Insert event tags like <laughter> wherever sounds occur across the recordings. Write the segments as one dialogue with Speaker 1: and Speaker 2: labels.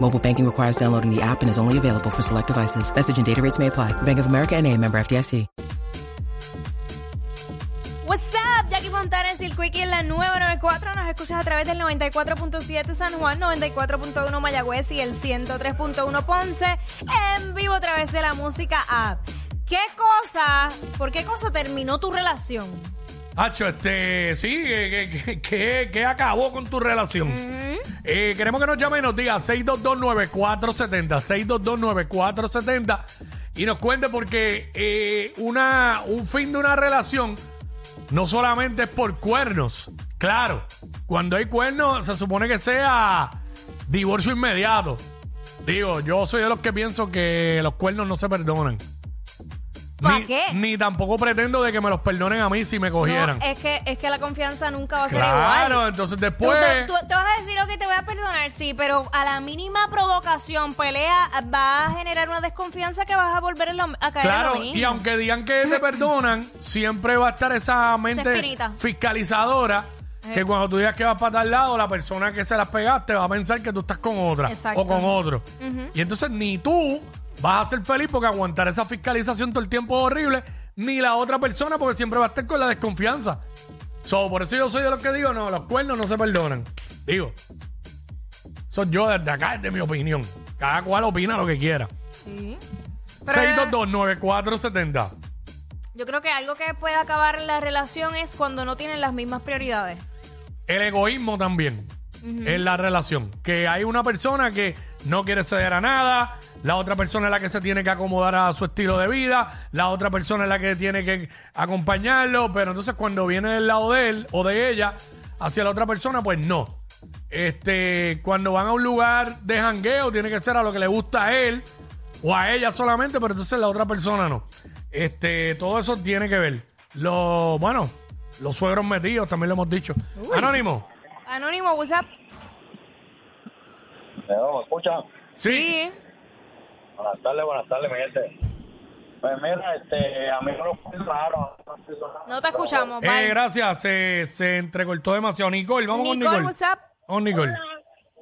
Speaker 1: Mobile banking requires downloading the app and is only available for select devices. Message and data rates may apply. Bank of America and a member FDIC.
Speaker 2: What's up, Jackie Fontanes y el Quickie en la 994. Nos escuchas a través del 94.7 San Juan, 94.1 Mayagüez y el 103.1 Ponce en vivo a través de la música app. ¿Qué cosa, por qué cosa terminó tu relación?
Speaker 3: Hacho, este, sí, que, que- que- que acabó con tu relación? Eh, queremos que nos llame y nos diga 6229470, 6229470 y nos cuente porque eh, una, un fin de una relación no solamente es por cuernos, claro, cuando hay cuernos se supone que sea divorcio inmediato. Digo, yo soy de los que pienso que los cuernos no se perdonan.
Speaker 2: ¿Pa
Speaker 3: ni,
Speaker 2: qué?
Speaker 3: ni tampoco pretendo de que me los perdonen a mí si me
Speaker 2: No,
Speaker 3: cogieran.
Speaker 2: es que, es que la confianza nunca va a ser igual.
Speaker 3: Claro, entonces
Speaker 2: Tú
Speaker 3: después.
Speaker 2: te, tú- te vas a decir, ok, te voy a perdonar, sí, pero a la mínima provocación, pelea, va a generar una desconfianza que vas a volver en lo- a caer en
Speaker 3: claro,
Speaker 2: lo mismo.
Speaker 3: y aunque digan que te perdonan, siempre va a estar esa
Speaker 2: Esa
Speaker 3: mente
Speaker 2: espinita. Eh.
Speaker 3: fiscalizadora. Que cuando tú digas que vas para tal lado, la persona que se las pegaste va a pensar que tú estás con otra
Speaker 2: Exacto.
Speaker 3: o con otro. Y entonces ni tú vas a ser feliz porque aguantar esa fiscalización todo el tiempo es horrible, ni la otra persona porque siempre va a estar con la desconfianza. So, por eso yo soy de los que digo, no, los cuernos no se perdonan. Digo, soy yo desde acá, desde mi opinión. Cada cual opina lo que quiera.
Speaker 2: Sí. Pero-
Speaker 3: 6229470.
Speaker 2: Yo creo que algo que puede acabar la relación es cuando no tienen las mismas prioridades.
Speaker 3: El egoísmo también en la relación. Que hay una persona que no quiere ceder a nada, la otra persona es la que se tiene que acomodar a su estilo de vida, la otra persona es la que tiene que acompañarlo, pero entonces cuando viene del lado de él o de ella hacia la otra persona, pues no. Este, cuando van a un lugar de jangueo, tiene que ser a lo que le gusta a él o a ella solamente, pero entonces la otra persona no. Este, todo eso tiene que ver. Lo, bueno, los suegros metidos también lo hemos dicho. Anónimo.
Speaker 2: Anónimo, WhatsApp.
Speaker 4: Pero, ¿me escuchan?
Speaker 3: Sí.
Speaker 4: Buenas tardes, buenas tardes, mi gente. Pues mira, este, a mí no lo pensaron.
Speaker 2: No te escuchamos,
Speaker 3: Eh,
Speaker 2: bye.
Speaker 3: gracias, se, se entrecortó demasiado. Nicole, vamos
Speaker 2: Nicole,
Speaker 3: con Nicole.
Speaker 2: what's up?
Speaker 3: Vamos, Nicole.
Speaker 5: Hola.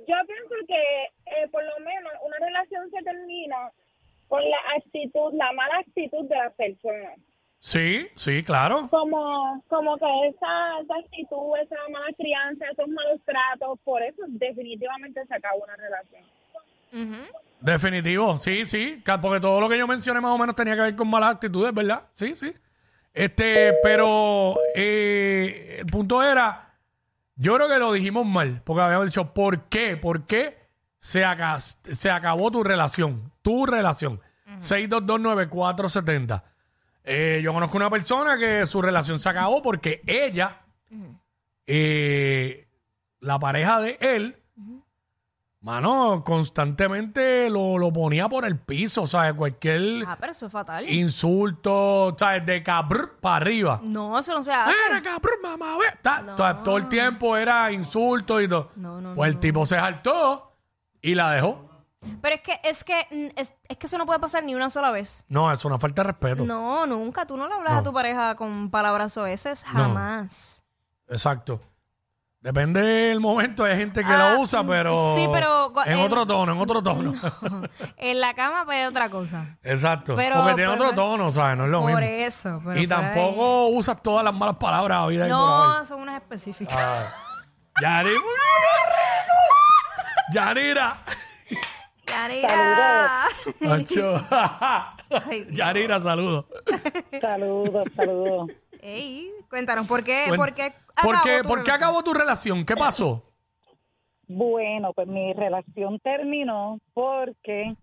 Speaker 5: Yo pienso que eh, por lo menos una relación se termina con la actitud, la mala actitud de las personas.
Speaker 3: Sí, sí, claro.
Speaker 5: Como, como que esa, esa actitud, esa mala crianza, esos malos tratos, por eso definitivamente se acaba una relación.
Speaker 3: Definitivo, sí, sí. ca- Porque todo lo que yo mencioné más o menos tenía que ver con malas actitudes, ¿verdad? Sí, sí. Este, pero eh, el punto era, yo creo que lo dijimos mal, porque habíamos dicho, ¿por qué? ¿Por qué se, aca- se acabó tu relación? Tu relación. 6229470. Eh, yo conozco una persona que su relación se acabó porque ella, eh, la pareja de él, mano, constantemente lo, lo ponía por el piso, o sea, cualquier
Speaker 2: Ah, pero eso es fatal.
Speaker 3: insulto, ¿sabes? De cabr para arriba.
Speaker 2: No, eso no se hace.
Speaker 3: Era cabrón, mamá, ve. Ta- ta- Todo el tiempo era insulto y todo.
Speaker 2: No, no,
Speaker 3: pues el tipo se saltó y la dejó.
Speaker 2: Pero es que, es que, mm, es, es que eso no puede pasar ni una sola vez.
Speaker 3: No, es una falta de respeto.
Speaker 2: No, nunca. Tú no le hablas
Speaker 3: No.
Speaker 2: a tu pareja con palabras oeces, jamás.
Speaker 3: Exacto. Depende del momento, hay gente que
Speaker 2: Ah,
Speaker 3: lo usa,
Speaker 2: mm,
Speaker 3: pero.
Speaker 2: sí, pero eh, cu-
Speaker 3: En
Speaker 2: en-
Speaker 3: otro tono, en
Speaker 2: <laughs>
Speaker 3: otro tono.
Speaker 2: en la cama, pues es otra cosa.
Speaker 3: Exacto.
Speaker 2: Pero-
Speaker 3: Porque tiene
Speaker 2: pero-
Speaker 3: otro tono, ¿sabes? No es lo
Speaker 2: Por
Speaker 3: mismo.
Speaker 2: eso. pero
Speaker 3: y
Speaker 2: fuera de ahí-
Speaker 3: tampoco usas todas las malas palabras a vida y por haber.
Speaker 2: No, son unas específicas.
Speaker 3: Ah.
Speaker 2: <laughs>
Speaker 3: Yari- Yarira.
Speaker 2: Yarira.
Speaker 3: <laughs> Acho. Yarira, saludos.
Speaker 6: Saludos, saludos.
Speaker 2: Ey, cuéntanos, ¿por qué,
Speaker 3: Bueno,
Speaker 2: por qué
Speaker 3: ¿por qué-
Speaker 2: tu
Speaker 3: por qué
Speaker 2: relación?
Speaker 3: acabó tu relación? ¿Qué pasó?
Speaker 6: Bueno, pues mi relación terminó porque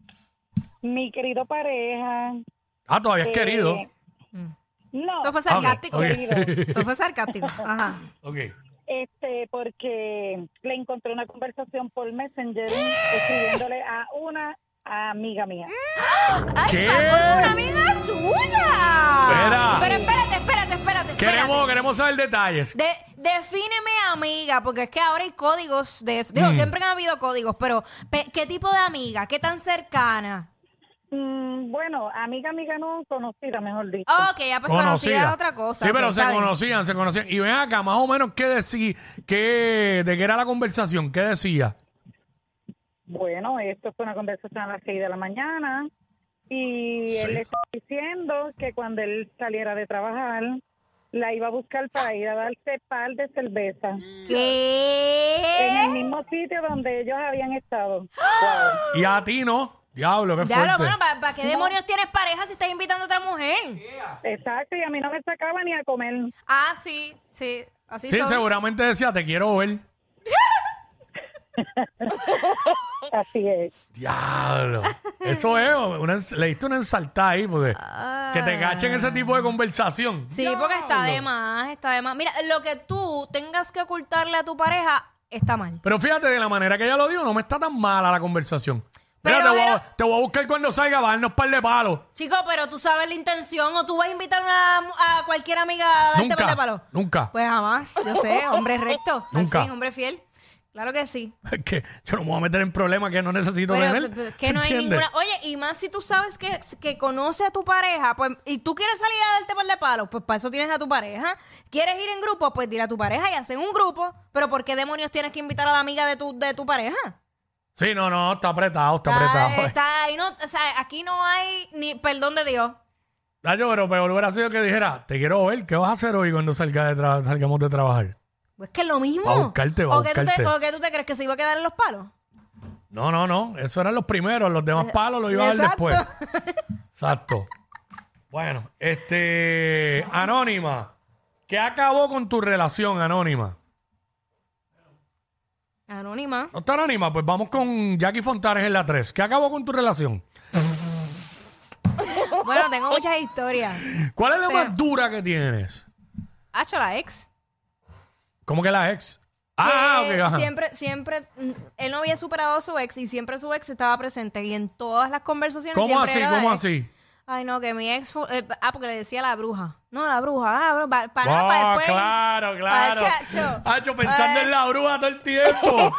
Speaker 6: mi querido pareja.
Speaker 3: Ah, todavía es
Speaker 6: eh,
Speaker 3: querido.
Speaker 6: No,
Speaker 2: Eso fue
Speaker 3: Ah, ok,
Speaker 2: sarcástico.
Speaker 3: ok.
Speaker 2: Eso fue
Speaker 3: <laughs>
Speaker 2: sarcástico. Ajá.
Speaker 3: Ok.
Speaker 6: este, porque le encontré una conversación por Messenger escribiéndole a una amiga mía.
Speaker 3: ¿Qué?
Speaker 2: ¡Una amiga tuya!
Speaker 3: Espera.
Speaker 2: Pero espérate, espérate, espérate. espérate.
Speaker 3: Queremos, queremos saber detalles.
Speaker 2: De, defíneme amiga, porque es que ahora hay códigos de eso. Digo,
Speaker 3: Mm.
Speaker 2: siempre han habido códigos, pero pe- ¿qué tipo de amiga? ¿Qué tan cercana?
Speaker 6: Mm, bueno, amiga, amiga no conocida, mejor dicho.
Speaker 2: Ok, ya pues conocida es otra cosa.
Speaker 3: Sí,
Speaker 2: Ok,
Speaker 3: pero
Speaker 2: está
Speaker 3: se
Speaker 2: bien.
Speaker 3: conocían, se conocían. Y ven acá, más o menos, ¿qué decí, qué, ¿de qué era la conversación? ¿Qué decía?
Speaker 6: Bueno, esto fue una conversación a las 6 de la mañana y
Speaker 3: Sí.
Speaker 6: él le estaba diciendo que cuando él saliera de trabajar, la iba a buscar para ir a darse par de cerveza en
Speaker 2: ¿Qué?
Speaker 6: el mismo sitio donde ellos habían estado.
Speaker 3: Y a ti no. Diablo, qué
Speaker 2: Ya
Speaker 3: fuerte.
Speaker 2: lo bueno, ¿para qué demonios tienes pareja si estás invitando a otra mujer?
Speaker 6: Exacto, y a mí no me sacaba ni a comer.
Speaker 2: Ah, sí, sí. Así
Speaker 3: sí,
Speaker 2: son.
Speaker 3: seguramente decía, te quiero ver.
Speaker 6: Así es.
Speaker 3: Diablo. Eso es, una ens- le diste una ensaltada ahí, porque
Speaker 2: Ah.
Speaker 3: que te cachen ese tipo de conversación.
Speaker 2: Sí, porque está de más, está de más. Mira, lo que tú tengas que ocultarle a tu pareja está mal.
Speaker 3: Pero fíjate, de la manera que ella lo dijo, no me está tan mala la conversación. Mira,
Speaker 2: Pero
Speaker 3: te, voy
Speaker 2: era-
Speaker 3: a, te voy a buscar cuando salga para darnos par de palos.
Speaker 2: Chico, pero tú sabes la intención o tú vas a invitar a, una- a cualquier amiga a darte
Speaker 3: Nunca,
Speaker 2: par de palo.
Speaker 3: nunca.
Speaker 2: Pues jamás, yo
Speaker 3: <laughs>
Speaker 2: sé, hombre recto.
Speaker 3: Nunca.
Speaker 2: Al fin, hombre fiel. Claro que sí.
Speaker 3: Es que yo no me voy a meter en problemas que no necesito
Speaker 2: Pero,
Speaker 3: tener.
Speaker 2: pero es que no hay
Speaker 3: ¿Entiendes?
Speaker 2: ninguna. Oye, y más si tú sabes que, que conoce a tu pareja, pues, y tú quieres salir a darte par de palos, pues para eso tienes a tu pareja. ¿Quieres ir en grupo? Pues dile a tu pareja y hacen un grupo. Pero ¿por qué demonios tienes que invitar a la amiga de tu, de tu pareja?
Speaker 3: Sí, no, no, está apretado, está
Speaker 2: Está,
Speaker 3: apretado. eh. <laughs>
Speaker 2: está ahí, no, o sea, aquí no hay ni perdón de Dios.
Speaker 3: Nacho, pero peor hubiera sido que dijera, te quiero ver, ¿qué vas a hacer hoy cuando salga de tra- salgamos de trabajar?
Speaker 2: Pues que es lo mismo.
Speaker 3: Va a buscarte, va a
Speaker 2: ¿O que tú te-
Speaker 3: buscarte.
Speaker 2: ¿O que tú te crees que se iba a quedar en los palos?
Speaker 3: No, no, no, eso eran los primeros, los demás palos los iba a dar
Speaker 2: Eh, Exacto.
Speaker 3: después. Exacto. Bueno, este, Anónima, ¿qué acabó con tu relación, Anónima?
Speaker 2: <laughs> Anónima.
Speaker 3: ¿No está Anónima? Pues vamos con Jackie Fontanes en la 3. ¿Qué acabó con tu relación?
Speaker 2: Bueno, tengo muchas historias.
Speaker 3: ¿Cuál es la
Speaker 2: Pues-
Speaker 3: más dura que tienes?
Speaker 2: Hacho, la ex.
Speaker 3: ¿Cómo que la ex? Ah,
Speaker 2: que
Speaker 3: ok, ajá.
Speaker 2: Siempre, siempre, mm, él no había superado a su ex y siempre su ex estaba presente y en todas las conversaciones.
Speaker 3: ¿Cómo
Speaker 2: siempre
Speaker 3: así?
Speaker 2: era la
Speaker 3: ¿Cómo
Speaker 2: ex.
Speaker 3: así?
Speaker 2: Ay, no, que mi ex fu- eh, ah, porque le decía la bruja. No, la bruja, ah, bro, pa- para,
Speaker 3: Ah,
Speaker 2: para después.
Speaker 3: claro, claro.
Speaker 2: Para, chacho. Pues-
Speaker 3: Hacho, pensando
Speaker 2: Ay.
Speaker 3: en la bruja todo el
Speaker 2: <laughs>
Speaker 3: tiempo.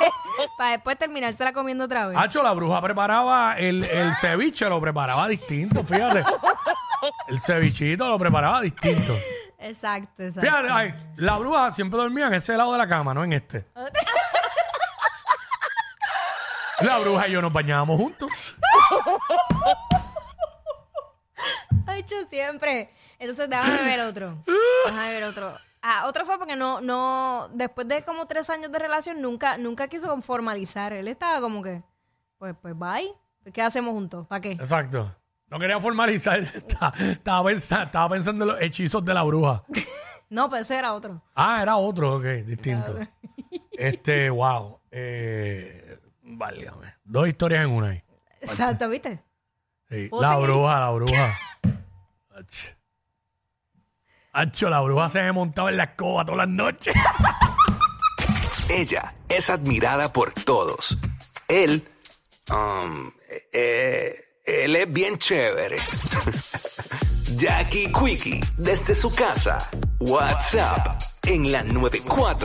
Speaker 2: Para después terminársela comiendo otra vez.
Speaker 3: Hacho, la bruja preparaba el, el ceviche, lo preparaba distinto, fíjate. El cevichito lo preparaba distinto.
Speaker 2: Exacto, exacto.
Speaker 3: Fíjate, ay, la bruja siempre dormía en ese lado de la cama, no en este. La bruja y yo nos bañábamos juntos.
Speaker 2: Ha hecho siempre. Entonces, déjame ver otro. Déjame ver otro. Ah, otro fue porque no, no, después de como tres años de relación, nunca, nunca quiso formalizar. Él estaba como que, pues, pues bye. ¿Qué hacemos juntos? ¿Para qué?
Speaker 3: Exacto. No quería formalizar. Estaba, estaba pensa- estaba pensando en los hechizos de la bruja.
Speaker 2: No, pues ese era otro.
Speaker 3: Ah, era otro, ok, distinto. Este, wow. Eh, válgame. Dos historias en una ahí.
Speaker 2: Exacto, ¿viste?
Speaker 3: Sí,
Speaker 2: ¿Puedo
Speaker 3: La
Speaker 2: seguir?
Speaker 3: bruja, la bruja. Ach. Acho, la bruja se me montaba en la escoba todas las noches.
Speaker 7: Ella es admirada por todos. Él, um, eh, él es bien chévere. <laughs> Jackie Quickie, desde su casa. WhatsApp, en la 94.